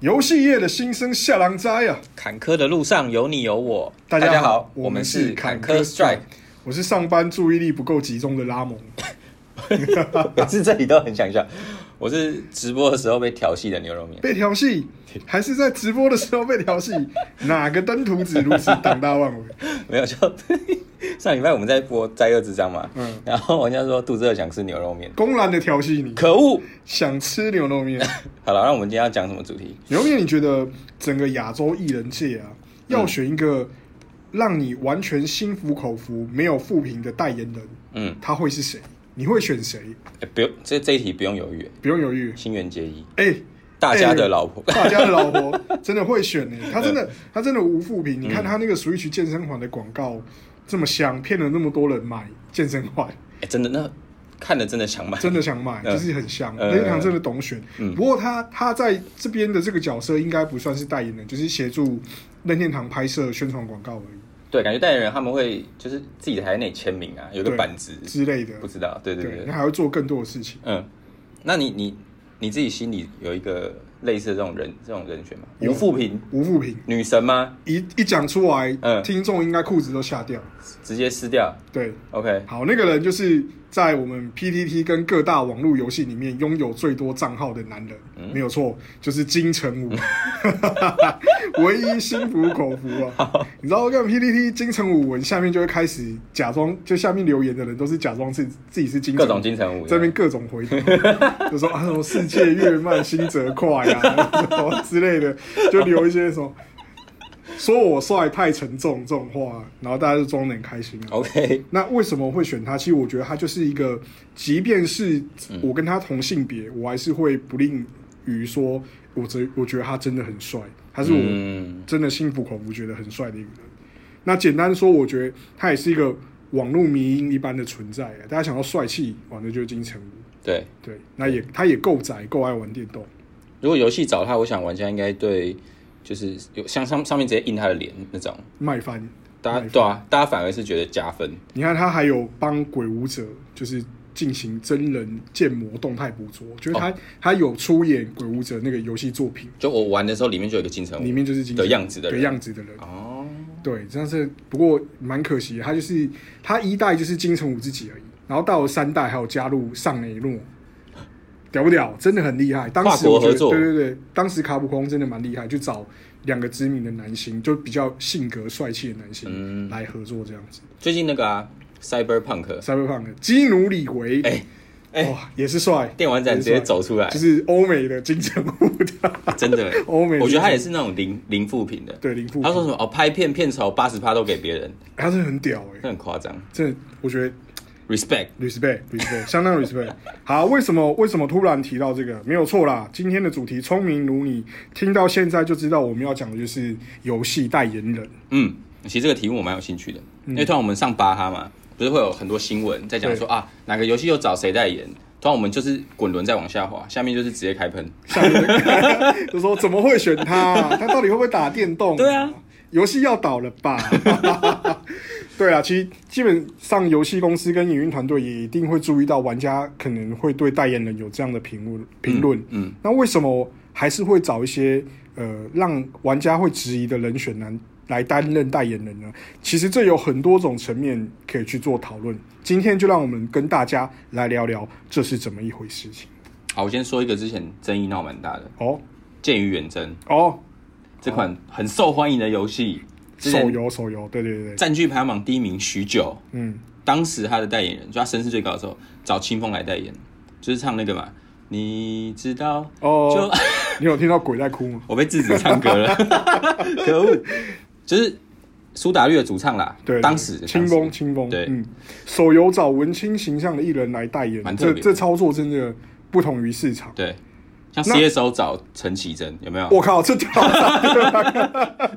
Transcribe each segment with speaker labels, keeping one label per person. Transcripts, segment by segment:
Speaker 1: 游戏业的新生下狼灾啊！
Speaker 2: 坎坷的路上有你有我。
Speaker 1: 大
Speaker 2: 家
Speaker 1: 家
Speaker 2: 好
Speaker 1: 好，
Speaker 2: 我
Speaker 1: 我
Speaker 2: 们
Speaker 1: 们
Speaker 2: 是
Speaker 1: 是
Speaker 2: 坎
Speaker 1: 坎
Speaker 2: 坷
Speaker 1: 坷
Speaker 2: Strike
Speaker 1: Strike。我是上班注意力不够集中的拉蒙，
Speaker 2: 每次这里都很想笑。我是直播的时候被调戏的牛肉面。
Speaker 1: 被调戏，还是在直播的时候被调戏，哪个登徒子如此胆大妄为？
Speaker 2: 没有，就 上礼拜我们在播《灾厄之章》嘛，
Speaker 1: 嗯
Speaker 2: 然后玩家说肚子饿想吃牛肉面，
Speaker 1: 公然的调戏你，
Speaker 2: 可恶！
Speaker 1: 想吃牛肉面？
Speaker 2: 好了，那我们今天要讲什么主题？
Speaker 1: 牛肉面，你觉得整个亚洲艺人界啊，要选一个让你完全心服口服、没有负评的代言人，
Speaker 2: 嗯，
Speaker 1: 他会是谁？你会选谁？
Speaker 2: 欸不用，这这一题不用犹豫，
Speaker 1: 不用犹豫，
Speaker 2: 新垣结衣，
Speaker 1: 哎、
Speaker 2: 大家的老婆。
Speaker 1: 大家的老婆真的会选呢、他真的他真的无负
Speaker 2: 嗯
Speaker 1: 评。你看他那个 Switch 健身环的广告这么香，骗了那么多人买健身 环，
Speaker 2: 欸真的，那看了真的想买。
Speaker 1: 真的想买，
Speaker 2: 嗯
Speaker 1: 就是很香。
Speaker 2: 嗯
Speaker 1: 任天堂真的懂选
Speaker 2: 嗯，
Speaker 1: 不过他他在这边的这个角色应该不算是代言人，就是协助任天堂拍摄宣传广告而已
Speaker 2: 对，感觉代言人他们会就是自己台内签名啊，有个
Speaker 1: 对
Speaker 2: 板子，
Speaker 1: 之类的。
Speaker 2: 不知道。对对
Speaker 1: 对，
Speaker 2: 对
Speaker 1: 那，还会做更多的事情。
Speaker 2: 嗯，那你你你自己心里有一个类似的这种人这种人选吗？
Speaker 1: 有
Speaker 2: 吴富平
Speaker 1: 无负评
Speaker 2: 女神吗？
Speaker 1: 一一讲出来
Speaker 2: 嗯，
Speaker 1: 听众应该裤子都吓掉。
Speaker 2: 直接撕掉。
Speaker 1: 对，
Speaker 2: OK，
Speaker 1: 好，那个人就是在我们 PTT 跟各大网络游戏里面拥有最多账号的男人，
Speaker 2: 嗯
Speaker 1: 没有错，就是金城武，
Speaker 2: 嗯
Speaker 1: 唯一心服口服啊！你知道，看 PTT 金城武文下面就会开始假装，就下面留言的人都是假装是自己是金城
Speaker 2: 各
Speaker 1: 武
Speaker 2: 种金城武
Speaker 1: 在那边各种回答，就说啊什么世界越慢心则快啊，什么之类的，就留一些什么说我帅太沉重这种话，然后大家就装得很开心啊。
Speaker 2: OK，
Speaker 1: 那为什么会选他？其实我觉得他就是一个，即便是我跟他同性别，我还是会不吝于说，我觉我觉得他真的很帅，他是我
Speaker 2: 嗯，
Speaker 1: 真的心服口服觉得很帅的一个人。那简单说，我觉得他也是一个网络迷因一般的存在啊。大家想要帅气，玩的就是金城武。
Speaker 2: 对。
Speaker 1: 对，那也他也够宅，够爱玩电动。
Speaker 2: 如果游戏找他，我想玩家应该对，就是有像上上面直接印他的脸那种，
Speaker 1: 卖翻。
Speaker 2: 大家
Speaker 1: 没错
Speaker 2: 对啊，大家反而是觉得加分。
Speaker 1: 你看他还有帮鬼舞者，就是进行真人建模动态捕捉，就是
Speaker 2: 哦
Speaker 1: 他、他有出演鬼舞者那个游戏作品。
Speaker 2: 就我玩的时候，里面就有一个金城武，
Speaker 1: 里面就是金
Speaker 2: 哦的
Speaker 1: 城
Speaker 2: 样子的人
Speaker 1: 对样子的人，
Speaker 2: 哦，
Speaker 1: 对，但是不过蛮可惜的，他就是他一代就是金城武自己而已，然后到了三代还有加入尚雷诺，屌不屌？真的很厉害。当时
Speaker 2: 跨国
Speaker 1: 我觉
Speaker 2: 合
Speaker 1: 得，
Speaker 2: 作
Speaker 1: 对对对，当时卡普空真的蛮厉害，就找两个知名的男星，就比较性格帅气的男
Speaker 2: 嗯
Speaker 1: 星来合作这样子。
Speaker 2: 最近那个啊，Cyberpunk
Speaker 1: Cyberpunk 的基努里维，
Speaker 2: 哎哎
Speaker 1: 哇，也是帅，
Speaker 2: 电玩展直接走出来
Speaker 1: 也，是帅，就是欧美的金城武的，
Speaker 2: 真的，
Speaker 1: 欧美的
Speaker 2: 我觉得他也是那种零零负评的。
Speaker 1: 对林富平，
Speaker 2: 他说什么？哦，拍片片酬八十趴都给别人，
Speaker 1: 他真的很屌哎、
Speaker 2: 这很夸张。
Speaker 1: 真的，我觉得
Speaker 2: Respect，
Speaker 1: respect respect 相当 respect。好，为什么为什么突然提到这个？没有错啦，今天的主题聪明如你，听到现在就知道我们要讲的就是游戏代言人。
Speaker 2: 嗯，其实这个题目我蛮有兴趣的，
Speaker 1: 嗯
Speaker 2: 因为通常我们上巴哈嘛，不是会有很多新闻在讲说啊，哪个游戏又找谁代言，通常我们就是滚轮再往下滑，下面就是直接开喷。
Speaker 1: 下面那个 就说怎么会选他？他到底会不会打电动、
Speaker 2: 对啊，
Speaker 1: 游戏要倒了吧？ 对啊，其实基本上游戏公司跟营运团队也一定会注意到玩家可能会对代言人有这样的评论评论。
Speaker 2: 嗯，
Speaker 1: 那为什么还是会找一些呃让玩家会质疑的人选来来担任代言人呢？其实这有很多种层面可以去做讨论。今天就让我们跟大家来聊聊这是怎么一回事情。
Speaker 2: 好，我先说一个之前争议闹蛮大的《
Speaker 1: 哦
Speaker 2: 剑与远征》
Speaker 1: 哦，
Speaker 2: 这款很受欢迎的游戏，之
Speaker 1: 手
Speaker 2: 前
Speaker 1: 游手游，对对对对，
Speaker 2: 占据排行榜第一名许久，
Speaker 1: 嗯，
Speaker 2: 当时他的代言人，就他声势最高的时候，找清风来代言，就是唱那个嘛，你知道就
Speaker 1: 哦，你有听到鬼在哭吗？
Speaker 2: 我被制止唱 歌了，可恶！就是苏打绿的主唱啦，
Speaker 1: 对，
Speaker 2: 当时
Speaker 1: 清
Speaker 2: 当
Speaker 1: 风
Speaker 2: 时
Speaker 1: 清风，
Speaker 2: 对
Speaker 1: 嗯，手游找文青形象的艺人来代言
Speaker 2: 蛮，特
Speaker 1: 这
Speaker 2: 别的
Speaker 1: 这操作真的不同于市场。
Speaker 2: 对，像
Speaker 1: 那
Speaker 2: CSO 找陈绮贞有没有？
Speaker 1: 我靠，这屌！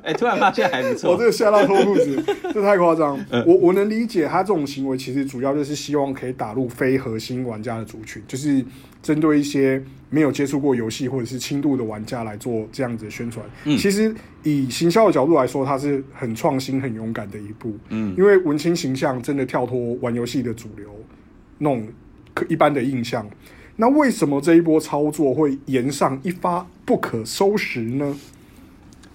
Speaker 2: 哎、突然发现还 不
Speaker 1: 我
Speaker 2: 错
Speaker 1: 这，个吓到脱裤子，这太夸张。我我能理解他这种行为，其实主要就是希望可以打入非核心玩家的族群，就是针对一些没有接触过游戏或者是轻度的玩家来做这样子的宣传。其实以行销的角度来说，它是很创新、很勇敢的一步。嗯，因为文青形象真的跳脱玩游戏的主流那种可一般的印象。那为什么这一波操作会延上一发不可收拾呢？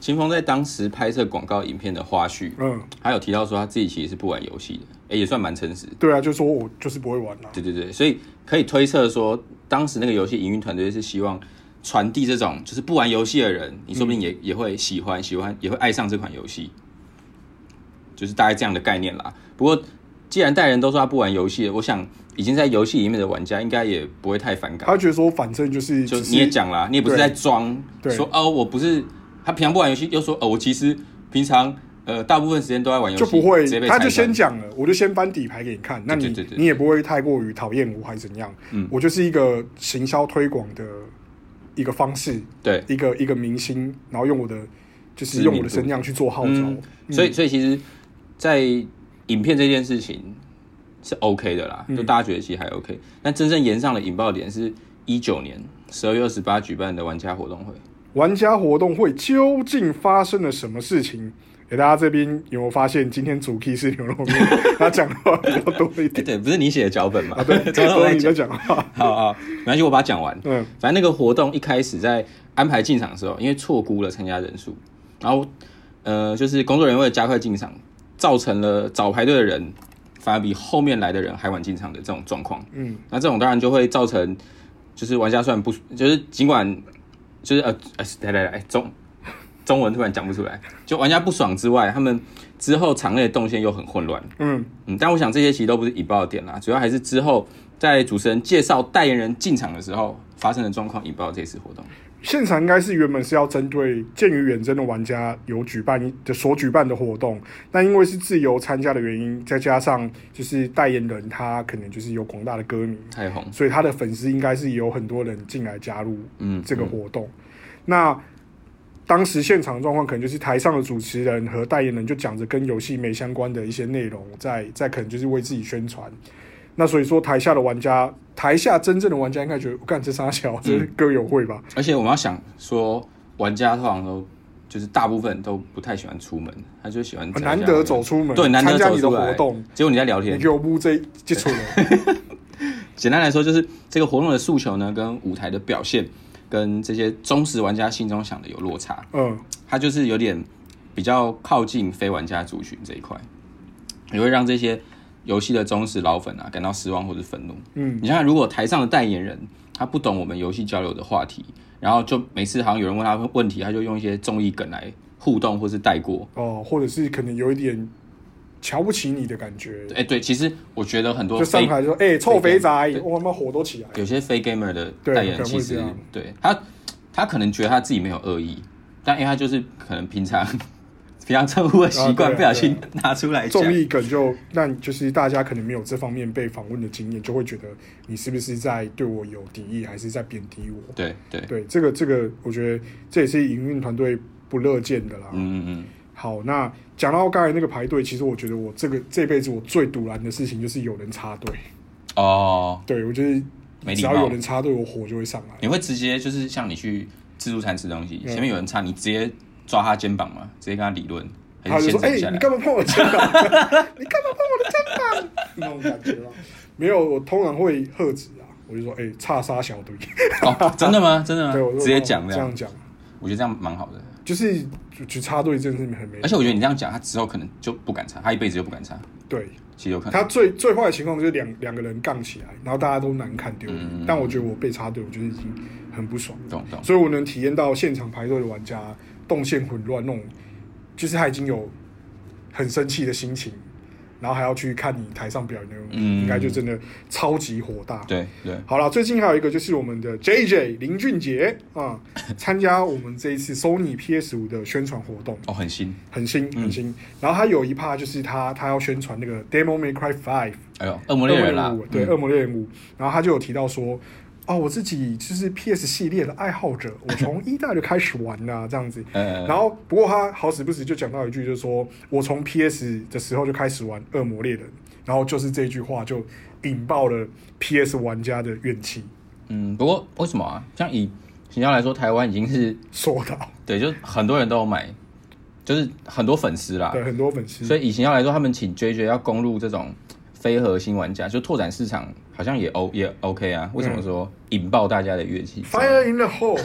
Speaker 2: 秦风在当时拍摄广告影片的花絮，
Speaker 1: 嗯，
Speaker 2: 他有提到说他自己其实是不玩游戏的，哎、也算蛮诚实。
Speaker 1: 对啊，就说我就是不会玩啊啦、
Speaker 2: 对对对，所以可以推测说，当时那个游戏营运团队是希望传递这种就是不玩游戏的人，你说不定
Speaker 1: 嗯
Speaker 2: 也、也会喜欢，喜欢也会爱上这款游戏，就是大概这样的概念啦。不过既然代人都说他不玩游戏了，我想已经在游戏里面的玩家应该也不会太反感。
Speaker 1: 他觉得说反正就是
Speaker 2: 就
Speaker 1: 只是
Speaker 2: 你也讲啦，你也不是
Speaker 1: 对
Speaker 2: 在装，
Speaker 1: 对
Speaker 2: 说哦我不是，他平常不玩游戏，又说哦我其实平常呃大部分时间都在玩游戏，
Speaker 1: 就不会
Speaker 2: 直接，被
Speaker 1: 他
Speaker 2: 拆
Speaker 1: 就先
Speaker 2: 穿
Speaker 1: 讲了，我就先翻底牌给你看，那你
Speaker 2: 对对对嗯
Speaker 1: 你也不会太过于讨厌我还是怎样，我就是一个行销推广的一个方式，
Speaker 2: 对，
Speaker 1: 一个一个明星，然后用我的就是
Speaker 2: 知名
Speaker 1: 用
Speaker 2: 度
Speaker 1: 我的声量去做号召，
Speaker 2: 嗯所以，所以其实，在影片这件事情是 OK 的啦，就大家觉得其实还 OK。但真正延上的引爆点是一九年十二月二十八举办的玩家活动会，
Speaker 1: 玩家活动会究竟发生了什么事情？给大家这边有没有发现，今天主 key 是牛肉面， 他讲的话比较多一
Speaker 2: 哎，
Speaker 1: 点， 啊
Speaker 2: 对，不是你写的脚本 嘛？对，总
Speaker 1: 所以
Speaker 2: 在
Speaker 1: 你在
Speaker 2: 讲。
Speaker 1: 讲话，
Speaker 2: 好好，没关系，我把它讲完。
Speaker 1: 嗯，
Speaker 2: 反正那个活动一开始在安排进场的时候，因为错估了参加人数，然后呃，就是工作人员为了加快进场，造成了早排队的人反而比后面来的人还晚进场的这种状况。
Speaker 1: 嗯，
Speaker 2: 那这种当然就会造成，就是玩家虽然不，就是尽管就是呃呃，来来来，中中文突然讲不出来，就玩家不爽之外，他们之后场内的动线又很混乱。
Speaker 1: 嗯，
Speaker 2: 嗯，但我想这些其实都不是引爆的点啦，主要还是之后在主持人介绍代言人进场的时候发生的状况引爆这次活动。
Speaker 1: 现场应该是原本是要针对鉴于远征的玩家有举办的所举办的活动，但因为是自由参加的原因，再加上就是代言人他可能就是有广大的歌迷，
Speaker 2: 太红，
Speaker 1: 所以他的粉丝应该是有很多人进来加入
Speaker 2: 嗯，
Speaker 1: 这个活动。那当时现场状况可能就是台上的主持人和代言人就讲着跟游戏没相关的一些内容，在在可能就是为自己宣传。那所以说台下的玩家，台下真正的玩家应该觉得，我干这傻小，这是歌友会吧？
Speaker 2: 而且我们要想说，玩家通常都就是大部分都不太喜欢出门，他就喜欢
Speaker 1: 很
Speaker 2: 在
Speaker 1: 哦难
Speaker 2: 家
Speaker 1: 得
Speaker 2: 里
Speaker 1: 走出门，
Speaker 2: 对难
Speaker 1: 参
Speaker 2: 得
Speaker 1: 加
Speaker 2: 走
Speaker 1: 你的
Speaker 2: 出
Speaker 1: 活
Speaker 2: 来，
Speaker 1: 动，
Speaker 2: 结果你在聊天
Speaker 1: 你。给我不这这 出来，
Speaker 2: 简单来说，就是这个活动的诉求呢，跟舞台的表现，跟这些忠实玩家心中想的有落差。
Speaker 1: 嗯，
Speaker 2: 它就是有点比较靠近非玩家族群这一块，也会让这些游戏的忠实老粉啊感到失望或者愤怒。
Speaker 1: 嗯，
Speaker 2: 你想想，如果台上的代言人他不懂我们游戏交流的话题，然后就每次好像有人问他问题，他就用一些综艺梗来互动或是带过。
Speaker 1: 哦，或者是可能有一点瞧不起你的感觉，
Speaker 2: 哎、对，其实我觉得很多
Speaker 1: 就上
Speaker 2: 非
Speaker 1: 台就说，哎，臭肥宅
Speaker 2: 对，
Speaker 1: 哇，他妈火都起来了，
Speaker 2: 有些非 gamer 的
Speaker 1: 对
Speaker 2: 代言人
Speaker 1: 可能会
Speaker 2: 其
Speaker 1: 这
Speaker 2: 实
Speaker 1: 样
Speaker 2: 对他，他可能觉得他自己没有恶意，但因为他就是可能平常 平常称呼的习
Speaker 1: 啊对
Speaker 2: 惯
Speaker 1: 啊
Speaker 2: 不小心拿出来讲
Speaker 1: 综。艺梗就那就是大家可能没有这方面被访问的经验，就会觉得你是不是在对我有敌意，还是在贬低我？
Speaker 2: 对对，
Speaker 1: 对，这个这个，我觉得这也是营运团队不乐见的啦。
Speaker 2: 嗯嗯嗯，
Speaker 1: 好，那讲到刚才那个排队，其实我觉得我这个这辈子我最堵然的事情就是有人插队。
Speaker 2: 哦，
Speaker 1: 对我就是
Speaker 2: 没礼
Speaker 1: 只
Speaker 2: 貌
Speaker 1: 要有人插队，我火就会上来。
Speaker 2: 你会直接就是像你去自助餐吃东西，
Speaker 1: 嗯
Speaker 2: 前面有人插，你直接抓他肩膀嘛，直接跟他理论，
Speaker 1: 他
Speaker 2: 还
Speaker 1: 就是说
Speaker 2: 先：“
Speaker 1: 哎、
Speaker 2: 站下
Speaker 1: 你
Speaker 2: 来？
Speaker 1: 干嘛碰我肩膀？ 你干嘛碰我的肩膀？”那种感觉啊，没有，我通常会喝止啊，我就说：“哎、叉杀小队。
Speaker 2: 哦，真的吗？真的
Speaker 1: 对，
Speaker 2: 吗
Speaker 1: 我？就哦
Speaker 2: 直接讲
Speaker 1: 这
Speaker 2: 这样
Speaker 1: 样，讲，
Speaker 2: 我觉得这样蛮好的。
Speaker 1: 就是就去插队真的是很没
Speaker 2: 而。且我觉得你这样讲，他之后可能就不敢插，他一辈子就不敢插，
Speaker 1: 对
Speaker 2: 其实有可能。
Speaker 1: 他最最坏的情况就是两两个人杠起来，然后大家都难看丢脸。
Speaker 2: 嗯
Speaker 1: 但我觉得我被插队，我觉得已经很不爽了。
Speaker 2: 懂懂，
Speaker 1: 所以我能体验到现场排队的玩家动线混乱那种，就是他已经有很生气的心情，然后还要去看你台上表演那种，
Speaker 2: 嗯
Speaker 1: 应该就真的超级火大。
Speaker 2: 对对，
Speaker 1: 好了，最近还有一个就是我们的 J J 林俊杰啊，参加我们这一次 Sony PS 五的宣传活动，
Speaker 2: 哦，嗯很新，
Speaker 1: 很新很新。然后他有一趴就是他他要宣传那个 Demo May Cry Five，
Speaker 2: 哎呦，恶魔猎人啦
Speaker 1: 恶魔猎人五，对，
Speaker 2: 嗯
Speaker 1: 恶魔猎人五。然后他就有提到说，哦，我自己就是 PS 系列的爱好者，我从一代就开始玩啦、 这样子。
Speaker 2: 呃，
Speaker 1: 然后，不过他好死不死就讲到一句，就是说我从 PS 的时候就开始玩《恶魔猎人》，然后就是这句话就引爆了 PS 玩家的怨气，
Speaker 2: 嗯，不过为什么啊？像以行销来说，台湾已经是
Speaker 1: 说到
Speaker 2: 对，就很多人都有买，就是很多粉丝啦，啊
Speaker 1: 对很多粉丝，
Speaker 2: 所以以行销来说，他们请 JJ 要攻入这种非核心玩家，就拓展市场，好像也 O 也 OK 啊。为什么
Speaker 1: 嗯
Speaker 2: 说引爆大家的乐器？
Speaker 1: Fire in the hole，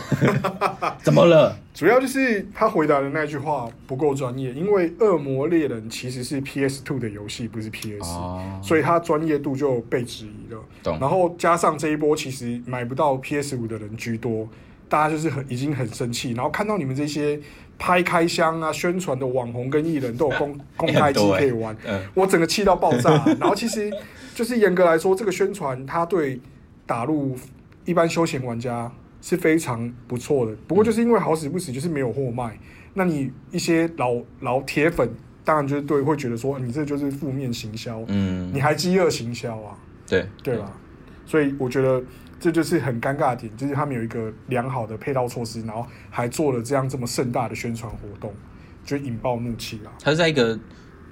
Speaker 2: 怎么了？
Speaker 1: 主要就是他回答的那句话不够专业，因为《恶魔猎人》其实是 PS Two 的游戏，不是 PS，、
Speaker 2: 哦，
Speaker 1: 所以他专业度就被质疑了。
Speaker 2: 懂
Speaker 1: 然后加上这一波其实买不到 PS 五的人居多，大家就是很已经很生气，然后看到你们这些拍开箱啊、宣传的网红跟艺人都有 公公开机
Speaker 2: 很多欸
Speaker 1: 可以玩，
Speaker 2: 嗯
Speaker 1: 我整个气到爆炸。啊 然后其实就是严格来说，这个宣传它对打入一般休闲玩家是非常不错的。不过就是因为好死不死就是没有货卖，那你一些老老铁粉当然就是对会觉得说啊你这就是负面行销，
Speaker 2: 嗯，
Speaker 1: 你还饥饿行销啊，
Speaker 2: 对
Speaker 1: 对吧？所以我觉得这就是很尴尬的点，就是他们有一个良好的配套措施，然后还做了这样这么盛大的宣传活动，就引爆怒气啊啦。
Speaker 2: 他是在一个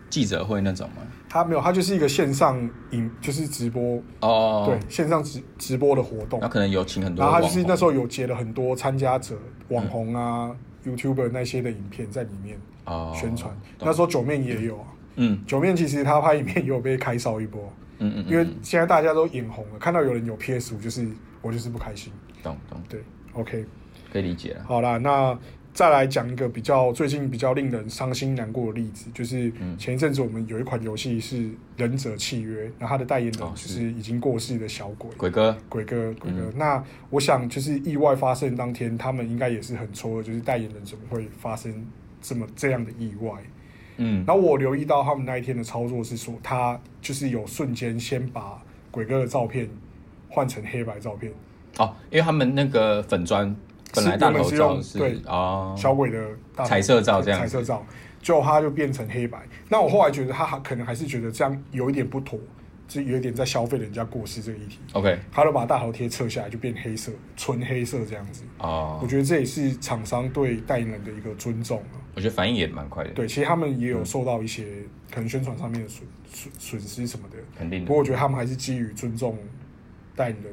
Speaker 2: 记者会那种吗？
Speaker 1: 他没有，他就是一个线上影，就是直播，
Speaker 2: 哦，
Speaker 1: 对，，线上直直播的活动
Speaker 2: 那。可能有请很多
Speaker 1: 然后
Speaker 2: 网
Speaker 1: 他
Speaker 2: 红，
Speaker 1: 就是那时候有截了很多参加者、网红啊、YouTuber 那些的影片在里面
Speaker 2: 哦
Speaker 1: 宣传。
Speaker 2: 懂
Speaker 1: 那时候九面也有啊，
Speaker 2: 嗯
Speaker 1: 九面其实他拍影片也有被开烧一波，
Speaker 2: 嗯嗯，嗯
Speaker 1: 因为现在大家都眼红了，看到有人有 PS 五，就是我就是不开心。
Speaker 2: 懂懂，
Speaker 1: 对，OK，
Speaker 2: 可以理解了。
Speaker 1: 好啦，那再来讲一个比较最近比较令人伤心难过的例子，就是前一阵子我们有一款游戏是《忍者契约》，那它的代言人
Speaker 2: 哦
Speaker 1: 就是是已经过世的小鬼。
Speaker 2: 鬼哥，
Speaker 1: 鬼哥，鬼哥，那我想就是意外发生当天，他们应该也是很错愕，就是代言人怎么会发生这么这样的意外？
Speaker 2: 嗯
Speaker 1: 然后我留意到他们那一天的操作是说，他就是有瞬间先把鬼哥的照片换成黑白照片，
Speaker 2: 哦，因为他们那个粉砖本来
Speaker 1: 是
Speaker 2: 大
Speaker 1: 原本
Speaker 2: 头
Speaker 1: 是
Speaker 2: 照
Speaker 1: 用
Speaker 2: 是
Speaker 1: 对
Speaker 2: 哦，
Speaker 1: 小鬼的大头
Speaker 2: 彩色照这样
Speaker 1: 彩色照，就他就变成黑白。那我后来觉得他还可能还是觉得这样有一点不妥，就有一点在消费人家过失这个议题，
Speaker 2: OK
Speaker 1: 他就把大头贴撤下来，就变黑色，纯黑色这样子。
Speaker 2: 哦，
Speaker 1: 我觉得这也是厂商对代言人的一个尊重啊。
Speaker 2: 我觉得反应也蛮快的，，
Speaker 1: 对，其实他们也有受到一些可能宣传上面的损损损失什么的，
Speaker 2: 肯定
Speaker 1: 不
Speaker 2: 的
Speaker 1: 过。我觉得他们还是基于尊重代言人，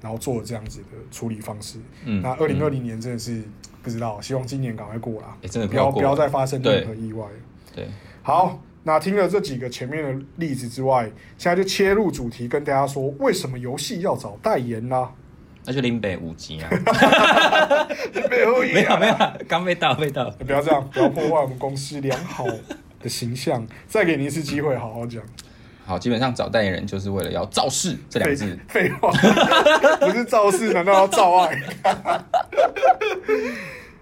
Speaker 1: 然后做了这样子的处理方式。
Speaker 2: 嗯
Speaker 1: 那二零二零年真的是不知道，希望今年赶快过啦，
Speaker 2: 诶真的
Speaker 1: 不
Speaker 2: 不要
Speaker 1: 要
Speaker 2: 过
Speaker 1: 不要
Speaker 2: 了
Speaker 1: 再发生
Speaker 2: 对
Speaker 1: 任何意外。
Speaker 2: 对，
Speaker 1: 好，那听了这几个前面的例子之外，现在就切入主题，跟大家说为什么游戏要找代言啦、
Speaker 2: 那就林北五级啊，
Speaker 1: 没有
Speaker 2: 没有没有，刚被盗被盗。
Speaker 1: 不要这样，不要破坏我们公司良好的形象。再给你一次机会，好好讲。
Speaker 2: 好，基本上找代言人就是为了要造势这
Speaker 1: 废
Speaker 2: 两个字。
Speaker 1: 废话， 不是造势，难道要造爱？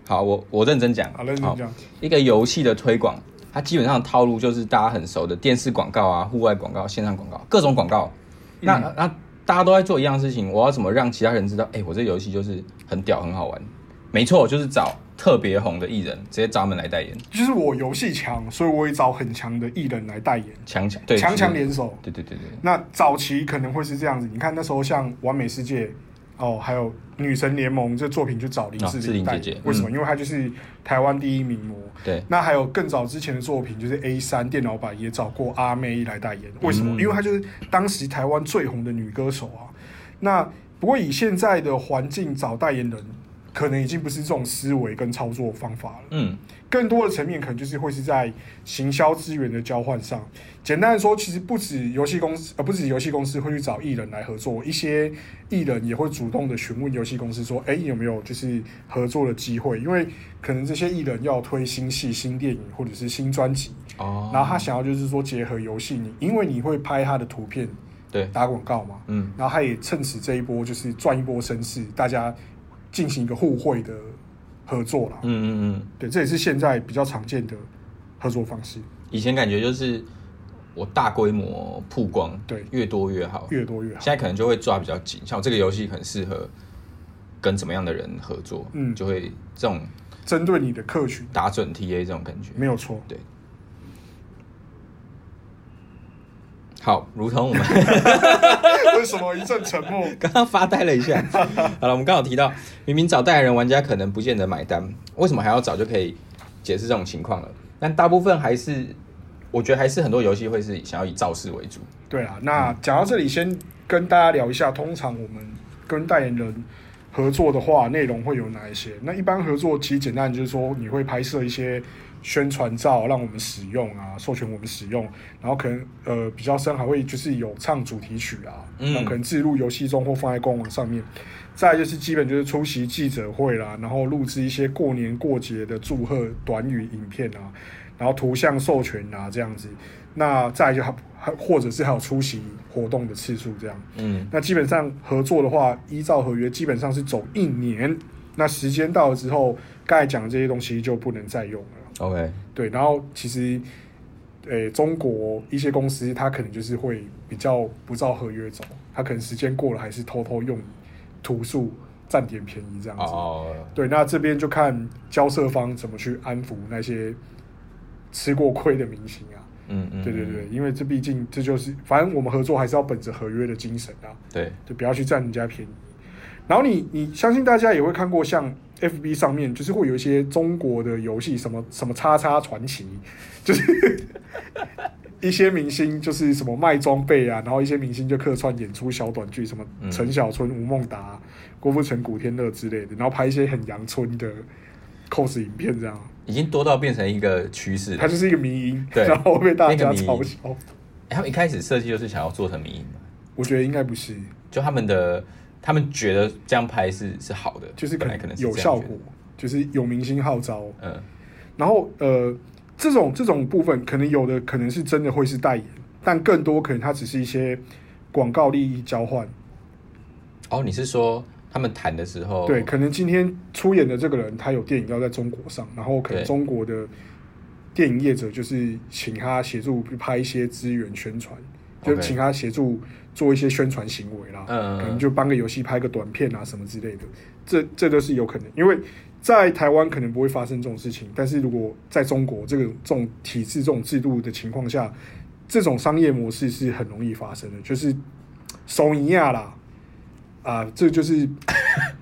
Speaker 2: 好，我我认真讲，
Speaker 1: 好，认真
Speaker 2: 好
Speaker 1: 讲。
Speaker 2: 一个游戏的推广，它基本上的套路就是大家很熟的电视广告啊、户外广告、线上广告，各种广告。
Speaker 1: 嗯
Speaker 2: 那、那大家都在做一样事情，我要怎么让其他人知道？哎、我这游戏就是很屌、很好玩。没错，就是找特别红的艺人，直接找他们来代言，
Speaker 1: 就是我游戏强，所以我也找很强的艺人来代言，
Speaker 2: 强强对
Speaker 1: 强强
Speaker 2: 是
Speaker 1: 联手。
Speaker 2: 对对对对，
Speaker 1: 那早期可能会是这样子，你看那时候像《完美世界》哦，还有《女神联盟》这作品就找林
Speaker 2: 啊
Speaker 1: 志
Speaker 2: 志玲
Speaker 1: 代
Speaker 2: 姐
Speaker 1: 言，
Speaker 2: 姐
Speaker 1: 为什么？因为她就是台湾第一名模。
Speaker 2: 对
Speaker 1: 那还有更早之前的作品，就是 A 三电脑版也找过阿妹来代言，为
Speaker 2: 嗯
Speaker 1: 什么？因为她就是当时台湾最红的女歌手啊。那不过以现在的环境找代言人，可能已经不是这种思维跟操作方法了。
Speaker 2: 嗯，
Speaker 1: 更多的层面可能就是会是在行销资源的交换上。简单的说，其实不止游戏公司，呃，不止游戏公司会去找艺人来合作，一些艺人也会主动的询问游戏公司说：“哎、有没有就是合作的机会？”因为可能这些艺人要推新戏、新电影或者是新专辑，
Speaker 2: 哦，
Speaker 1: 然后他想要就是说结合游戏，你因为你会拍他的图片
Speaker 2: 对，
Speaker 1: 打广告嘛，
Speaker 2: 嗯，
Speaker 1: 然后他也趁此这一波就是赚一波声势，大家进行一个互惠的合作啦。
Speaker 2: 嗯嗯嗯，
Speaker 1: 对，这也是现在比较常见的合作方式，
Speaker 2: 以前感觉就是我大规模曝光，
Speaker 1: 对
Speaker 2: 越多越好，
Speaker 1: 越多越好
Speaker 2: 现。在可能就会抓比较紧，像我这个游戏很适合跟怎么样的人合作，
Speaker 1: 嗯
Speaker 2: 就会这种
Speaker 1: 针对你的客群，
Speaker 2: 打准 TA 这种感觉。
Speaker 1: 没有错。
Speaker 2: 对，好，如同我们
Speaker 1: 为什么一阵沉默？
Speaker 2: 刚刚发呆了 一下，好了，我们刚好提到，明明找代言人，玩家可能不见得买单，为什么还要找就可以解释这种情况了？但大部分还是，我觉得还是很多游戏会是想要以造势为主，
Speaker 1: 对啊，那讲到这里，先跟大家聊一下，通常我们跟代言人合作的话，内容会有哪一些？那一般合作其实简单就是说，你会拍摄一些宣传照让我们使用啊，授权我们使用，然后可能呃比较深还会就是有唱主题曲啊，
Speaker 2: 嗯
Speaker 1: 然后可能置入游戏中或放在官网上面。再来就是基本就是出席记者会啦，然后录制一些过年过节的祝贺短语影片啊，然后图像授权啊这样子。那再来就还还或者是还有出席活动的次数这样。
Speaker 2: 嗯
Speaker 1: 那基本上合作的话，依照合约基本上是走一年。那时间到了之后，刚才讲的这些东西就不能再用了。
Speaker 2: ，OK，
Speaker 1: 对，然后其实，诶、中国一些公司它可能就是会比较不照合约走，它可能时间过了还是偷偷用图数占点便宜这样子。
Speaker 2: 哦，
Speaker 1: 对，那这边就看交涉方怎么去安抚那些吃过亏的明星啊。
Speaker 2: 嗯嗯，
Speaker 1: 对对对，因为这毕竟这就是，反正我们合作还是要本着合约的精神啊。
Speaker 2: 对，
Speaker 1: 就不要去占人家便宜。然后你你相信大家也会看过，像 FB 上面就是会有一些中国的游戏，什么什么叉叉传奇，就是 一些明星就是什么卖装备啊，然后一些明星就客串演出小短剧，什么
Speaker 2: 嗯
Speaker 1: 陈小春、吴孟达、郭富城、古天乐之类的，然后拍一些很阳春的 cos 影片，这样
Speaker 2: 已经多到变成一个趋势了。
Speaker 1: 它就是一个迷因，
Speaker 2: 对
Speaker 1: 然后被大
Speaker 2: 那
Speaker 1: 家
Speaker 2: 个迷因
Speaker 1: 嘲笑。
Speaker 2: 他们一开始设计就是想要做成迷因嘛，
Speaker 1: 我觉得应该不是，
Speaker 2: 就他们的他们觉得这样拍是是好的，
Speaker 1: 就是可
Speaker 2: 本来
Speaker 1: 能
Speaker 2: 可能是
Speaker 1: 有
Speaker 2: 这样
Speaker 1: 效
Speaker 2: 觉
Speaker 1: 果，就是有明星号召。
Speaker 2: 得，嗯
Speaker 1: 然后呃，这种这种部分，可能有的可能是真的会是代言，但更多可能它只是一些广告利益交换。
Speaker 2: 哦，你是说他们谈的时候，
Speaker 1: 对，可能今天出演的这个人，他有电影要在中国上，然后可能
Speaker 2: 对
Speaker 1: 中国的电影业者就是请他协助去拍一些资源宣传，就
Speaker 2: OK
Speaker 1: 请他协助做一些宣传行为啦，
Speaker 2: 嗯嗯嗯
Speaker 1: 啊可能就帮个游戏拍个短片啊什么之类的，这这都是有可能，因为。在台湾可能不会发生这种事情，但是如果在中国这个这种体制、这种制度的情况下，这种商业模式是很容易发生的，就是手尼亚啦，啊，这就是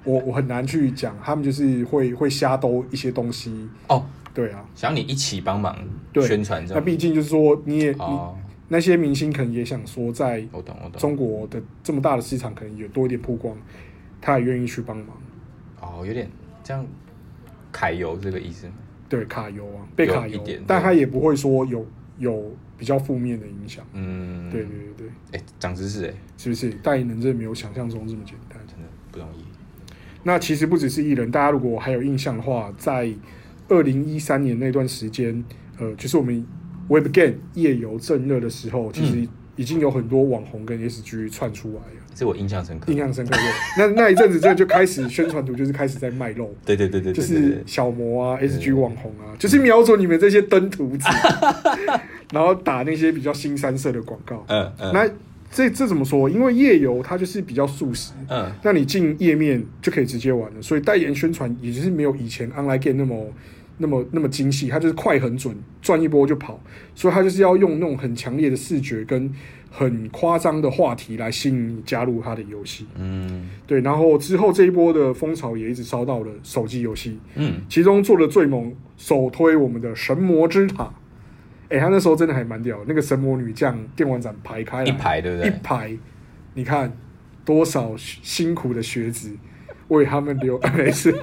Speaker 1: 我我很难去讲，他们就是会会瞎兜一些东西，
Speaker 2: 哦，
Speaker 1: 对啊，
Speaker 2: 想要你一起帮忙
Speaker 1: 对
Speaker 2: 宣传这
Speaker 1: 那
Speaker 2: 种，
Speaker 1: 毕竟就是说你也、
Speaker 2: 哦，
Speaker 1: 你那些明星可能也想说，在
Speaker 2: 我懂我懂，
Speaker 1: 中国的这么大的市场，可能有多一点曝光，他也愿意去帮忙，
Speaker 2: 哦，有点这样揩油这个意思吗？
Speaker 1: 对，卡油啊，被卡
Speaker 2: 有一
Speaker 1: 油
Speaker 2: 点，
Speaker 1: 但
Speaker 2: 对
Speaker 1: 他也不会说有有比较负面的影响，
Speaker 2: 嗯，
Speaker 1: 对对，对对，
Speaker 2: 哎，长知识哎，
Speaker 1: 是不是？代言人真的没有想象中这么简单。
Speaker 2: 真的不容易，
Speaker 1: 那其实不只是艺人，大家如果还有印象的话，在二零一三年那段时间，呃，就是我们 Web Game 夜游正热的时候，其
Speaker 2: 嗯
Speaker 1: 实已经有很多网红跟 SG 窜出来了，
Speaker 2: 这我印象深刻
Speaker 1: 印，象深刻。那那一阵子，真的就开始宣传图，就是开始在卖肉。
Speaker 2: 对对对对
Speaker 1: 就
Speaker 2: 对对
Speaker 1: 是
Speaker 2: 对，
Speaker 1: 小模啊、SG 网红啊，就是瞄准你们这些登徒 子，然后打那些比较新三色的广告。
Speaker 2: 嗯嗯
Speaker 1: 那这这怎么说？因为夜游它就是比较素食，
Speaker 2: 嗯，
Speaker 1: 那你进页面就可以直接玩了，所以代言宣传也就是没有以前 online game 那么那么那么精细，它就是快很准，转一波就跑，所以它就是要用那种很强烈的视觉跟很夸张的话题来吸引你加入它的游戏。
Speaker 2: 嗯
Speaker 1: 对，然后之后这一波的风潮也一直烧到了手机游戏，
Speaker 2: 嗯，
Speaker 1: 其中做的最猛，首推我们的神魔之塔。哎、他那时候真的还蛮屌的，那个神魔女将电玩展排开来
Speaker 2: 一排对不
Speaker 1: 一
Speaker 2: 对？
Speaker 1: 排，你看多少辛苦的学子 为他们留 没事，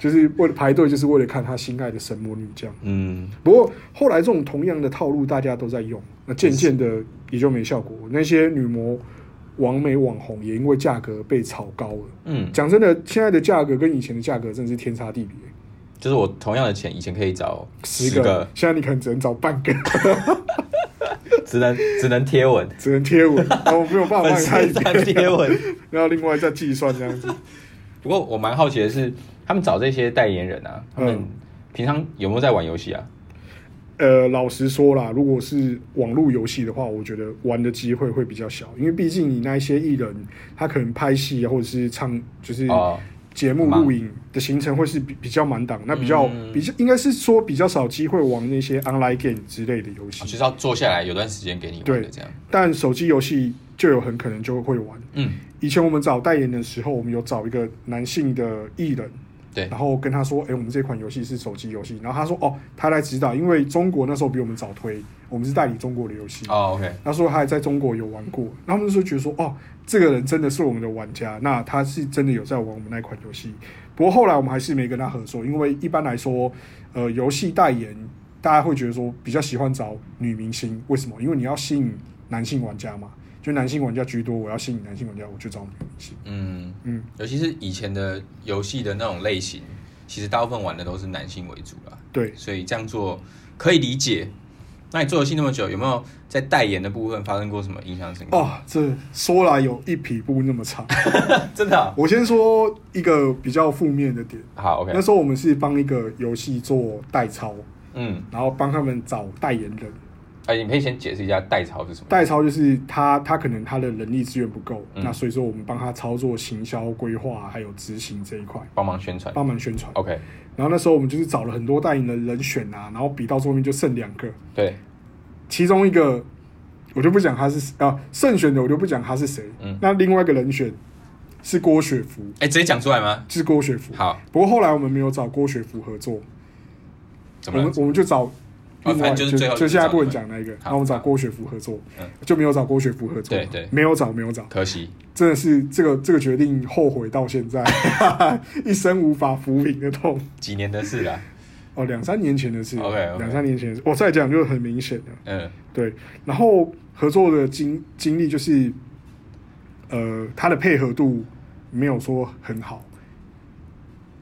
Speaker 1: 就是为了排队，就是为了看他心爱的神魔女将。
Speaker 2: 嗯，
Speaker 1: 不过后来这种同样的套路大家都在用，那渐渐的也就没效果。那些女模、网美、网红也因为价格被炒高了。
Speaker 2: 嗯，
Speaker 1: 讲真的，现在的价格跟以前的价格真的是天差地别。
Speaker 2: 就是我同样的钱，以前可以找
Speaker 1: 十
Speaker 2: 十个，
Speaker 1: 现在你可能只能找半个，
Speaker 2: 只能只能贴文，
Speaker 1: 只能贴文，然后没有办法
Speaker 2: 粉
Speaker 1: 帮你拍
Speaker 2: 丝
Speaker 1: 影
Speaker 2: 在
Speaker 1: 片，
Speaker 2: 贴文。
Speaker 1: 然后另外再计算这样子。
Speaker 2: 不过我蛮好奇的是，他们找这些代言人啊，他们
Speaker 1: 嗯
Speaker 2: 平常有没有在玩游戏啊？
Speaker 1: 呃，老实说啦，如果是网络游戏的话，我觉得玩的机会会比较小，因为毕竟你那一些艺人，他可能拍戏啊，或者是唱，就是
Speaker 2: 哦，
Speaker 1: 节目
Speaker 2: 忙
Speaker 1: 录影的行程会是比比较满档，那比较、
Speaker 2: 嗯
Speaker 1: 比较应该是说比较少机会玩那些 online game 之类的游戏，
Speaker 2: 就是要坐下来有段时间给你玩的
Speaker 1: 对
Speaker 2: 这样。
Speaker 1: 但手机游戏就有很可能就会玩。
Speaker 2: 嗯，
Speaker 1: 以前我们找代言的时候，我们有找一个男性的艺人，
Speaker 2: 对
Speaker 1: 然后跟他说：“哎、我们这款游戏是手机游戏。”然后他说：“哦，他来指导，因为中国那时候比我们早推，我们是代理中国的游戏。
Speaker 2: 哦，OK，
Speaker 1: 他说他还在中国有玩过，然后他们就觉得说：“哦，这个人真的是我们的玩家，那他是真的有在玩我们那款游戏。”不过后来我们还是没跟他合作，因为一般来说，呃，游戏代言大家会觉得说比较喜欢找女明星，为什么？因为你要吸引男性玩家嘛，就男性玩家居多，我要吸引男性玩家，我就找女明星。
Speaker 2: 嗯
Speaker 1: 嗯
Speaker 2: 嗯，尤其是以前的游戏的那种类型，其实大部分玩的都是男性为主啦，
Speaker 1: 对，
Speaker 2: 所以这样做可以理解。那你做游戏那么久，有没有在代言的部分发生过什么印象深刻？
Speaker 1: 哦，这说来有一匹布那么长。
Speaker 2: 真的啊、
Speaker 1: 我先说一个比较负面的点，
Speaker 2: 好
Speaker 1: 那
Speaker 2: ，OK，
Speaker 1: 时候我们是帮一个游戏做代操，
Speaker 2: 嗯，
Speaker 1: 然后帮他们找代言人。
Speaker 2: 哎、你可以先解释一下代操是什么？
Speaker 1: 代操就是他，他可能他的人力资源不够，
Speaker 2: 嗯
Speaker 1: 那所以说我们帮他操作行销规划还有执行这一块，
Speaker 2: 帮忙宣传。
Speaker 1: 帮忙宣传。
Speaker 2: OK，
Speaker 1: 然后那时候我们就是找了很多代言的人选啊，然后比到最后面就剩两个，
Speaker 2: 对，
Speaker 1: 其中一个我就不讲他是啊胜选的，我就不讲他是谁。
Speaker 2: 嗯
Speaker 1: 那另外一个人选是郭雪芙，
Speaker 2: 哎、直接讲出来吗？
Speaker 1: 是郭雪芙。
Speaker 2: 好，
Speaker 1: 不过后来我们没有找郭雪芙合作，
Speaker 2: 怎
Speaker 1: 我
Speaker 2: 么
Speaker 1: 们
Speaker 2: 了？
Speaker 1: 我们就找另外
Speaker 2: 反正就是最后
Speaker 1: 就
Speaker 2: 就是
Speaker 1: 现在
Speaker 2: 找
Speaker 1: 不能
Speaker 2: 你们
Speaker 1: 讲那一个，
Speaker 2: 好
Speaker 1: 然后我们找郭雪芙合作
Speaker 2: 嗯，
Speaker 1: 就没有找郭雪芙合作，
Speaker 2: 对对
Speaker 1: 没有找没有找，
Speaker 2: 可惜，
Speaker 1: 真的是这个这个决定后悔到现在， 一生无法抚平的痛。
Speaker 2: 几年的事啦。
Speaker 1: 哦，两三年前的事，
Speaker 2: OK，OK
Speaker 1: 两三年前的事，我再讲就很明显了。
Speaker 2: 嗯
Speaker 1: 对，然后合作的经经历就是，呃，他的配合度没有说很好，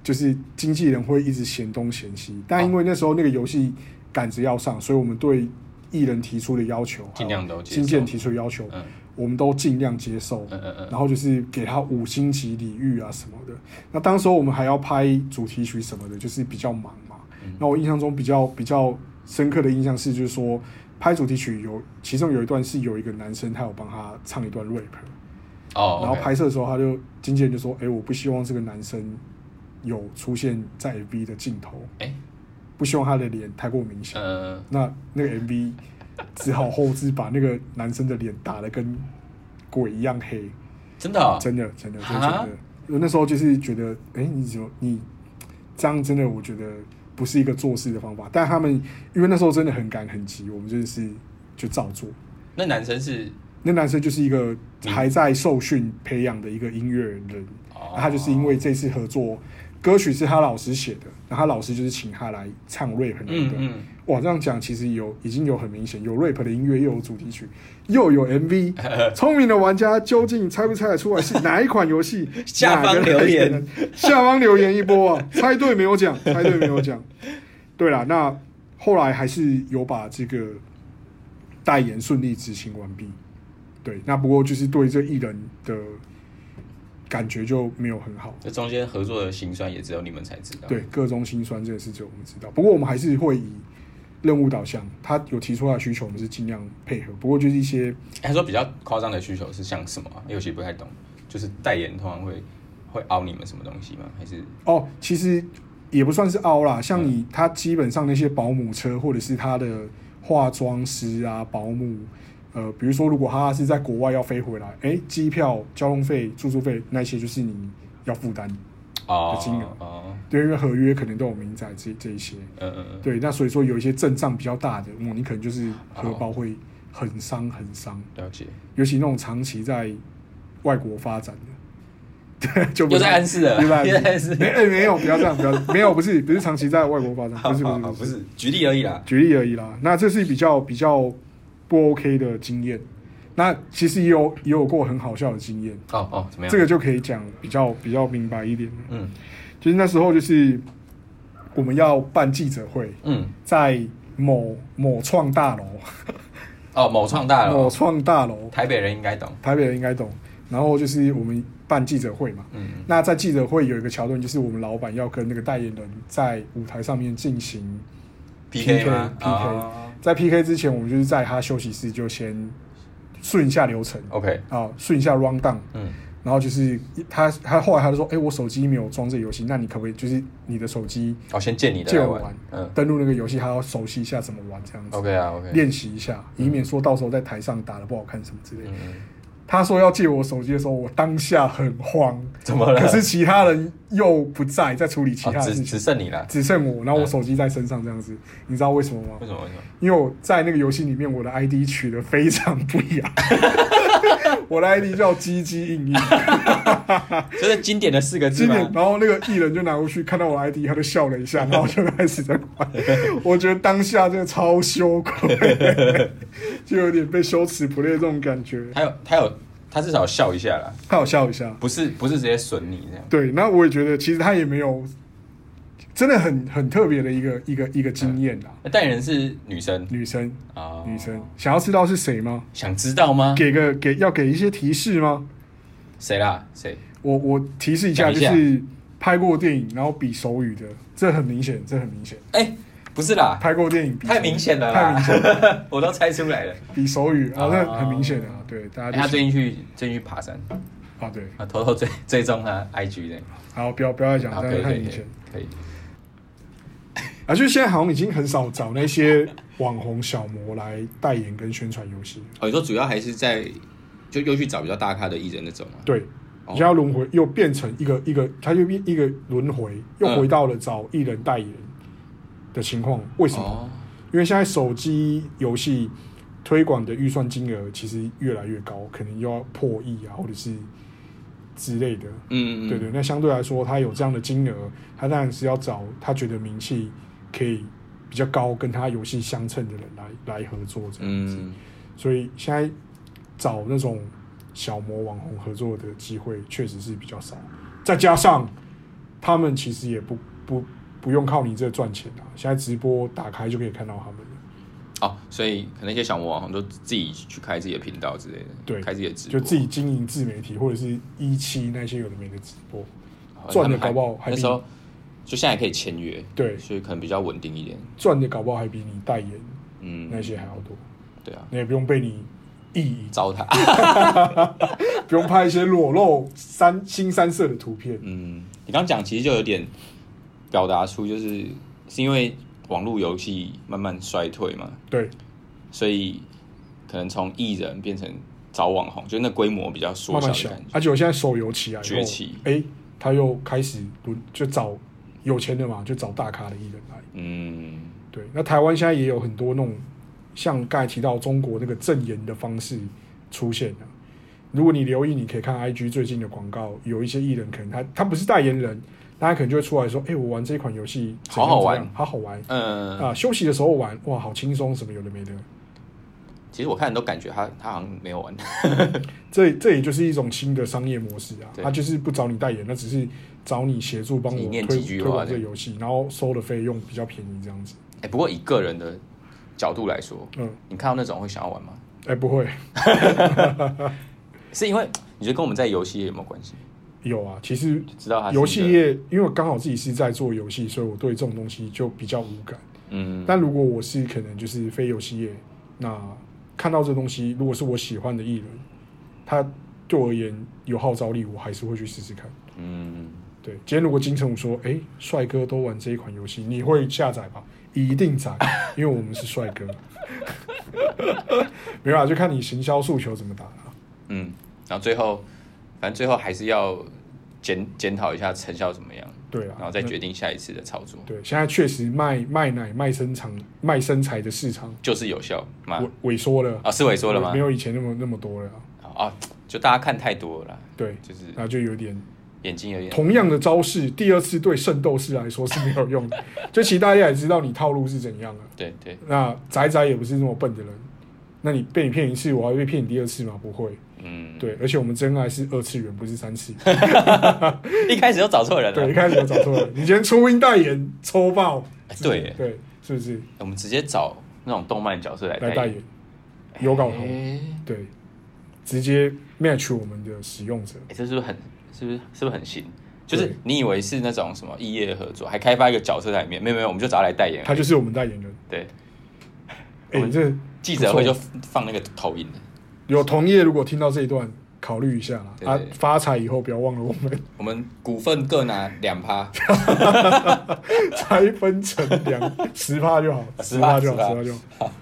Speaker 1: 就是经纪人会一直嫌东嫌西。但因
Speaker 2: 哦
Speaker 1: 为那时候那个游戏赶着要上，所以我们对艺人提出的要求，
Speaker 2: 尽量都接受
Speaker 1: 经纪人提出的要求，
Speaker 2: 嗯
Speaker 1: 我们都尽量接受。
Speaker 2: 嗯嗯嗯，
Speaker 1: 然后就是给他五星级礼遇啊什么的。那当时候我们还要拍主题曲什么的，就是比较忙嘛。
Speaker 2: 嗯
Speaker 1: 那我印象中比较比较深刻的印象是，就是说拍主题曲有其中有一段是有一个男生，他有帮他唱一段 rap，
Speaker 2: 哦，
Speaker 1: 然后
Speaker 2: OK
Speaker 1: 拍摄的时候他就经纪人就说：“哎，我不希望这个男生有出现在 MV 的镜头，
Speaker 2: 哎、
Speaker 1: 不希望他的脸太过明显。”
Speaker 2: 嗯，
Speaker 1: 那那个 MV 只好后置把那个男生的脸打得跟鬼一样黑。
Speaker 2: 真的、哦，
Speaker 1: 真的，真的，真的，真
Speaker 2: 啊
Speaker 1: 的。我那时候就是觉得，哎、你怎么你这样真的，我觉得不是一个做事的方法。但他们因为那时候真的很赶很急，我们真的是就照做。
Speaker 2: 那男生是
Speaker 1: 那男生就是一个
Speaker 2: 嗯
Speaker 1: 还在受训培养的一个音乐人，
Speaker 2: 哦
Speaker 1: 他就是因为这次合作，歌曲是他老师写的，然后他老师就是请他来唱 rap 那一
Speaker 2: 嗯
Speaker 1: 段。
Speaker 2: 嗯，
Speaker 1: 哇，这样讲其实有已经有很明显，有 rap 的音乐，又有主题曲，又有 MV。聪明的玩家究竟猜不猜得出来是哪一款游 戏？
Speaker 2: 下方留言
Speaker 1: 哪个来源，下方留言一波啊！猜对没有奖，猜对没有奖。对啦，那后来还是有把这个代言顺利执行完毕。对，那不过就是对这艺人的感觉就没有很好。
Speaker 2: 这中间合作的辛酸也只有你们才知道。
Speaker 1: 对，各中心酸这件事情我们知道，不过我们还是会以任务导向，他有提出他的需求，我们是尽量配合。不过就是一些
Speaker 2: 他说比较夸张的需求是像什么、啊？有些不太懂，就是代言通常会会凹你们什么东西吗？还是
Speaker 1: 哦，其实也不算是凹啦，像你他基本上那些保姆车或者是他的化妆师啊、保姆，呃，比如说如果他是在国外要飞回来，诶，机票、交通费、住宿费那些就是你要负担，
Speaker 2: 哦
Speaker 1: 的金额
Speaker 2: 哦，
Speaker 1: 对，因为合约可能都有明载这这一些。
Speaker 2: 嗯嗯嗯，
Speaker 1: 对，那所以说有一些阵仗比较大的，哦哇，你可能就是荷包会很伤很伤。
Speaker 2: 了解，
Speaker 1: 尤其那种长期在外国发展的，对，就不
Speaker 2: 又在暗示了
Speaker 1: 又在
Speaker 2: 又在
Speaker 1: 暗
Speaker 2: 暗示
Speaker 1: 没、哎没有，不要这样，不要，没有，不是，不是长期在外国发展，
Speaker 2: 好
Speaker 1: 不是，
Speaker 2: 好
Speaker 1: 不
Speaker 2: 好，
Speaker 1: 是，
Speaker 2: 哦不，是举例而已啦。
Speaker 1: 举例而已啦。那这是比较比较不 OK 的经验。那其实也有也有过很好笑的经验，
Speaker 2: 哦哦，怎么样？
Speaker 1: 这个就可以讲比较比较明白一点了。
Speaker 2: 嗯
Speaker 1: 就是那时候就是我们要办记者会，
Speaker 2: 嗯，
Speaker 1: 在某某创大楼，
Speaker 2: 哦，某创大
Speaker 1: 某
Speaker 2: 楼，
Speaker 1: 创大楼，
Speaker 2: 台北人应该懂。
Speaker 1: 台北人应该懂。然后就是我们办记者会嘛，
Speaker 2: 嗯
Speaker 1: 那在记者会有一个桥段，就是我们老板要跟那个代言人在舞台上面进行，
Speaker 2: ，PK 吗
Speaker 1: PK
Speaker 2: 哦
Speaker 1: 在 PK 之前，我们就是在他休息室就先顺一下流程
Speaker 2: ，OK，
Speaker 1: 啊，顺一下 round down，
Speaker 2: 嗯，
Speaker 1: 然后就是他他后来他就说，哎、我手机没有装这个游戏，那你可不可以就是你的手机
Speaker 2: 哦，先借你的
Speaker 1: 借
Speaker 2: 来
Speaker 1: 我玩
Speaker 2: 玩，，嗯
Speaker 1: 登录那个游戏，他要熟悉一下怎么玩这样子，
Speaker 2: ，OK 啊，OK，
Speaker 1: 练习一下，以免说到时候在台上打的不好看什么之类的。
Speaker 2: 嗯，嗯
Speaker 1: 他说要借我手机的时候，我当下很慌，
Speaker 2: 怎么了
Speaker 1: 可是其他人又不在，在处理其
Speaker 2: 哦
Speaker 1: 他，的
Speaker 2: 只
Speaker 1: 事
Speaker 2: 只嗯
Speaker 1: 情，
Speaker 2: 剩你了，
Speaker 1: 只剩我，然后我手机在身上这样子，你知道为什么吗
Speaker 2: 为？什么？为什么？
Speaker 1: 因为我在那个游戏里面，我的 ID 取得非常不雅， 我的 ID 叫鸡鸡硬硬，
Speaker 2: 就是经典的四个字
Speaker 1: 今年
Speaker 2: 嘛，。
Speaker 1: 然后那个艺人就拿过去看到我的 ID，他就笑了一 下，然后就开始在玩。我觉得当下真的超羞愧， 就有点被羞耻 play 这种感觉。
Speaker 2: 他有他有他至少笑一下啦，
Speaker 1: 他有笑一下，
Speaker 2: 不是不是直接损你这样。
Speaker 1: 对，那我也觉得其实他也没有，真的很很特别的一个一个一个经验啦。
Speaker 2: 那代言人是女生
Speaker 1: 女生，
Speaker 2: 啊，
Speaker 1: 女生想要知道是谁吗？
Speaker 2: 想知道吗？
Speaker 1: 给个给要给一些提示吗？
Speaker 2: 谁啦？谁？
Speaker 1: 我我提示一下，
Speaker 2: 讲一
Speaker 1: 就
Speaker 2: 下
Speaker 1: 是拍过电影，然后比手语的，这很明显，这很明显，
Speaker 2: 哎，不是啦，
Speaker 1: 拍过电影比手语
Speaker 2: 太明显了
Speaker 1: 太
Speaker 2: 啦，
Speaker 1: 明显了，
Speaker 2: 我都猜出来了。
Speaker 1: 比手语啊，
Speaker 2: 哦
Speaker 1: 那很明显的啊，对，大
Speaker 2: 哎
Speaker 1: 家
Speaker 2: 他
Speaker 1: 就
Speaker 2: 最近去最近去爬山
Speaker 1: 啊对，
Speaker 2: 啊，偷偷追追踪他 IG 的，
Speaker 1: 好，不要不要再讲，
Speaker 2: 好，
Speaker 1: 这
Speaker 2: 可以
Speaker 1: 样
Speaker 2: 可
Speaker 1: 太
Speaker 2: 以
Speaker 1: 明
Speaker 2: 可
Speaker 1: 显
Speaker 2: 以。可以，
Speaker 1: 啊，就是现在好像已经很少找那些网红小模来代言跟宣传游戏，
Speaker 2: 哦，你说主要还是在就又去找比较大咖的艺人那种啊？
Speaker 1: 对，
Speaker 2: 哦
Speaker 1: 你现在轮回又变成一个一个，它又变一个轮回，
Speaker 2: 嗯
Speaker 1: 又回到了找艺人代言的情况。为什么？
Speaker 2: 哦，
Speaker 1: 因为现在手机游戏推广的预算金额其实越来越高，可能又要破亿啊，或者是之类的。
Speaker 2: 嗯嗯嗯，
Speaker 1: 对对，那相对来说，他有这样的金额，他当然是要找他觉得名气可以比较高、跟他游戏相称的人来来合作这样子。
Speaker 2: 嗯，
Speaker 1: 所以现在找那种小模网红合作的机会确实是比较少，再加上他们其实也不不不用靠你这赚钱啊，现在直播打开就可以看到他们了，
Speaker 2: 哦，所以可能一些小魔网红都自己去开自己的频道之类的，
Speaker 1: 对
Speaker 2: 开自己的直播，
Speaker 1: 就自己经营自媒体或者是一期那些有的没的直播，
Speaker 2: 哦
Speaker 1: 赚的
Speaker 2: 他们还
Speaker 1: 搞不好还
Speaker 2: 那
Speaker 1: 比
Speaker 2: 时候就现在可以签约，
Speaker 1: 对
Speaker 2: 所以可能比较稳定一点，
Speaker 1: 赚的搞不好还比你代言
Speaker 2: 嗯，
Speaker 1: 那些还要多，
Speaker 2: 对啊，
Speaker 1: 你也不用被你意淫，
Speaker 2: 糟蹋，
Speaker 1: 不用拍一些裸露三新三色的图片，
Speaker 2: 嗯，你刚讲其实就有点表达出，就是是因为网络游戏慢慢衰退嘛，
Speaker 1: 对
Speaker 2: 所以可能从艺人变成找网红，就那规模比较缩
Speaker 1: 慢慢
Speaker 2: 小
Speaker 1: 小
Speaker 2: 的感，觉。
Speaker 1: 而且我现在手游起来以后
Speaker 2: 崛起
Speaker 1: 哎、他又开始轮就找有钱的嘛，就找大咖的艺人来。
Speaker 2: 嗯，
Speaker 1: 对，那台湾现在也有很多那种像刚才提到中国那个证言的方式出现了。如果你留意，你可以看 IG 最近的广告，有一些艺人可能他他不是代言人，那他可能就会出来说：“哎、我玩这款游戏怎样
Speaker 2: 好好玩
Speaker 1: 怎样好好玩
Speaker 2: 呃，
Speaker 1: 啊！休息的时候玩，哇，好轻松，什么有的没的。”
Speaker 2: 其实我看都感觉他他好像没有玩，
Speaker 1: 这这也就是一种新的商业模式啊，
Speaker 2: 对
Speaker 1: 他就是不找你代言，那只是找你协助帮
Speaker 2: 自己
Speaker 1: 我推
Speaker 2: 念几句
Speaker 1: 推
Speaker 2: 话
Speaker 1: 广这
Speaker 2: 这
Speaker 1: 个
Speaker 2: 样
Speaker 1: 游戏，然后收的费用比较便宜这样子。
Speaker 2: 哎、不过以个人的角度来说，
Speaker 1: 嗯，
Speaker 2: 你看到那种会想要玩吗？
Speaker 1: 哎，不会，
Speaker 2: 是因为你觉得跟我们在游戏业有没有关系？
Speaker 1: 有啊，其实
Speaker 2: 知道他
Speaker 1: 游戏，业，因为我刚好自己是在做游戏，所以我对这种东西就比较无感。
Speaker 2: 嗯，
Speaker 1: 但如果我是可能就是非游戏业，那看到这东西，如果是我喜欢的艺人，他对我而言有号召力，我还是会去试试看。
Speaker 2: 嗯，
Speaker 1: 对，今天如果金城武说：“哎、帅哥都玩这一款游戏，你会下载吧？”一定 载，因为我们是帅哥。 没有啊，就看你行销诉求怎么打了、
Speaker 2: 嗯，然后最后，反正最后还是要检检讨一下成效怎么样，
Speaker 1: 对啊，
Speaker 2: 然后再决定下一次的操作，
Speaker 1: 对，现在确实卖卖奶、卖身长、卖身材的市场
Speaker 2: 就是有效吗？
Speaker 1: 萎萎缩了，
Speaker 2: 啊，思维说了吗
Speaker 1: 没？有以前那么那么多了啊、
Speaker 2: 啊，就大家看太多了啦，
Speaker 1: 对，
Speaker 2: 就是
Speaker 1: 那就有点
Speaker 2: 眼睛有点
Speaker 1: 同样的招式，第二次对圣斗士来说是没有用的。就其实大家也知道你套路是怎样了。
Speaker 2: 对对，
Speaker 1: 那仔仔也不是那么笨的人，那你被你骗一次，我还会被骗你第二次吗？不会，
Speaker 2: 嗯，
Speaker 1: 对，而且我们真爱是二次元，不是三次元。
Speaker 2: 一开始就找错人
Speaker 1: 对，一
Speaker 2: 了，
Speaker 1: 开始就找错了，你今天初音代言抽爆，
Speaker 2: 哎对耶，
Speaker 1: 对，是不是
Speaker 2: 我们直接找那种动漫角色来
Speaker 1: 来代
Speaker 2: 言，
Speaker 1: 言有搞头？
Speaker 2: 哎，
Speaker 1: 对，直接 match 我们的使用者，
Speaker 2: 哎这是不是很是不是是不是很新？就是
Speaker 1: 对
Speaker 2: 你以为是那种什么异业合作，还开发一个角色在里面，没有没有，我们就找他来代言而
Speaker 1: 他
Speaker 2: 已。
Speaker 1: 就是我们代言人。
Speaker 2: 对，
Speaker 1: 哎、
Speaker 2: 我们
Speaker 1: 这
Speaker 2: 记者会
Speaker 1: 不
Speaker 2: 就
Speaker 1: 错
Speaker 2: 放那个投影的，
Speaker 1: 有同业如果听到这一段，考虑一下啦。
Speaker 2: 对
Speaker 1: 啊
Speaker 2: 对，
Speaker 1: 发财以后不要忘了我们
Speaker 2: 我们股份各拿 两趴，
Speaker 1: 拆分成 两十趴就好，
Speaker 2: 10%
Speaker 1: 趴就好，十趴
Speaker 2: 10%
Speaker 1: 就好。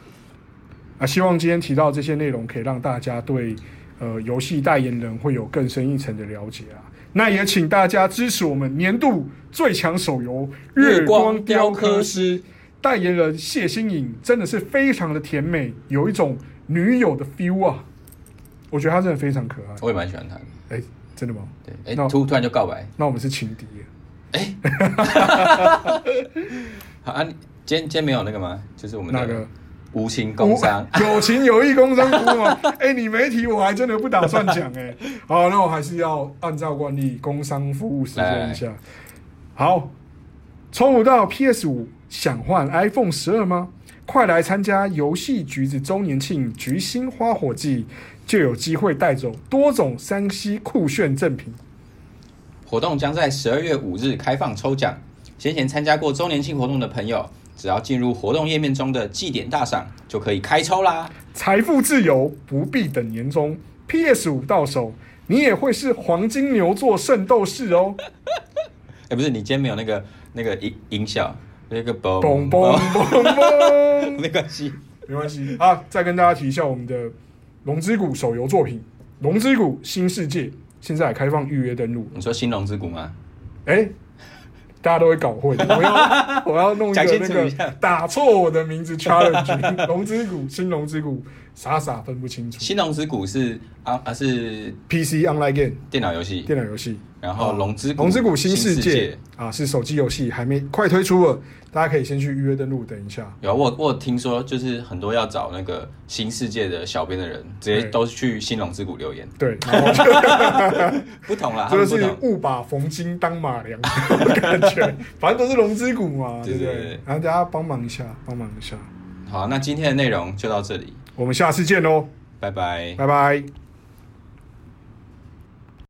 Speaker 1: 啊，希望今天提到这些内容，可以让大家对呃游戏代言人会有更深一层的了解啊。那也请大家支持我们年度最强手游《月光雕刻师》代言人谢欣颖，真的是非常的甜美，有一种女友的 feel 啊。我觉得他真的非常可爱。
Speaker 2: 我也蛮喜欢他的。
Speaker 1: 哎、真的吗？
Speaker 2: 对，哎、
Speaker 1: 那
Speaker 2: 突突然就告白，
Speaker 1: 那我们是情敌耶。
Speaker 2: 哎、好啊，你今天今天没有那个吗？就是我们
Speaker 1: 那
Speaker 2: 那
Speaker 1: 个
Speaker 2: 个无情工伤，
Speaker 1: 哦有情有义，工商服务吗？哎、你没提，我还真的不打算讲哎、好，那我还是要按照惯例，工商服务实践一下。好，抽不到 PS 五，想换 iPhone 十二吗？快来参加游戏橘子周年庆橘星花火季，就有机会带走多种山西酷炫赠品。
Speaker 2: 活动将在十二月五日开放抽奖，先前参加过周年庆活动的朋友，只要进入活动页面中的祭典大赏，就可以开抽啦。
Speaker 1: 财富自由不必等年终，PS 五到手，你也会是黄金牛座圣斗士哦。
Speaker 2: 哎、不是，你今天没有那个那个音音效，那个嘣
Speaker 1: 嘣嘣，嘣嘣，
Speaker 2: 没关系。
Speaker 1: 没关系啊。再跟大家提一下我们的《龙之谷》手游作品《龙之谷新世界》，现在开放预约登录。
Speaker 2: 你说新龙之谷吗？
Speaker 1: 哎、大家都会搞 混，我要我要弄一
Speaker 2: 讲
Speaker 1: 个
Speaker 2: 清
Speaker 1: 那
Speaker 2: 楚一下
Speaker 1: 个打错我的名字 challenge，龙之谷、新龙之谷，傻傻分不清楚。
Speaker 2: 新龙之谷是啊啊是
Speaker 1: PC online game
Speaker 2: 电脑游戏，
Speaker 1: 电脑游戏，啊
Speaker 2: 然后龙之谷
Speaker 1: 哦龙之谷新
Speaker 2: 新
Speaker 1: 世
Speaker 2: 世
Speaker 1: 界
Speaker 2: 界。
Speaker 1: 啊是手机游戏，还没快推出了，大家可以先去预约登录，等一下。
Speaker 2: 有啊我我有听说，就是很多要找那个新世界的小编的人，直接
Speaker 1: 对
Speaker 2: 都去新龙之谷留言，
Speaker 1: 对，然后
Speaker 2: 不 同啦，
Speaker 1: 这
Speaker 2: 他
Speaker 1: 个
Speaker 2: 们不
Speaker 1: 是
Speaker 2: 同。
Speaker 1: 误把冯金当马良 的感觉，反正都是龙之谷嘛，对
Speaker 2: 对
Speaker 1: 不
Speaker 2: 对
Speaker 1: 对
Speaker 2: 对？
Speaker 1: 然后大家帮忙一下，帮忙一下，
Speaker 2: 好，那今天的内容就到这里，
Speaker 1: 我们下次见喽，哦
Speaker 2: 拜拜。
Speaker 1: 拜拜。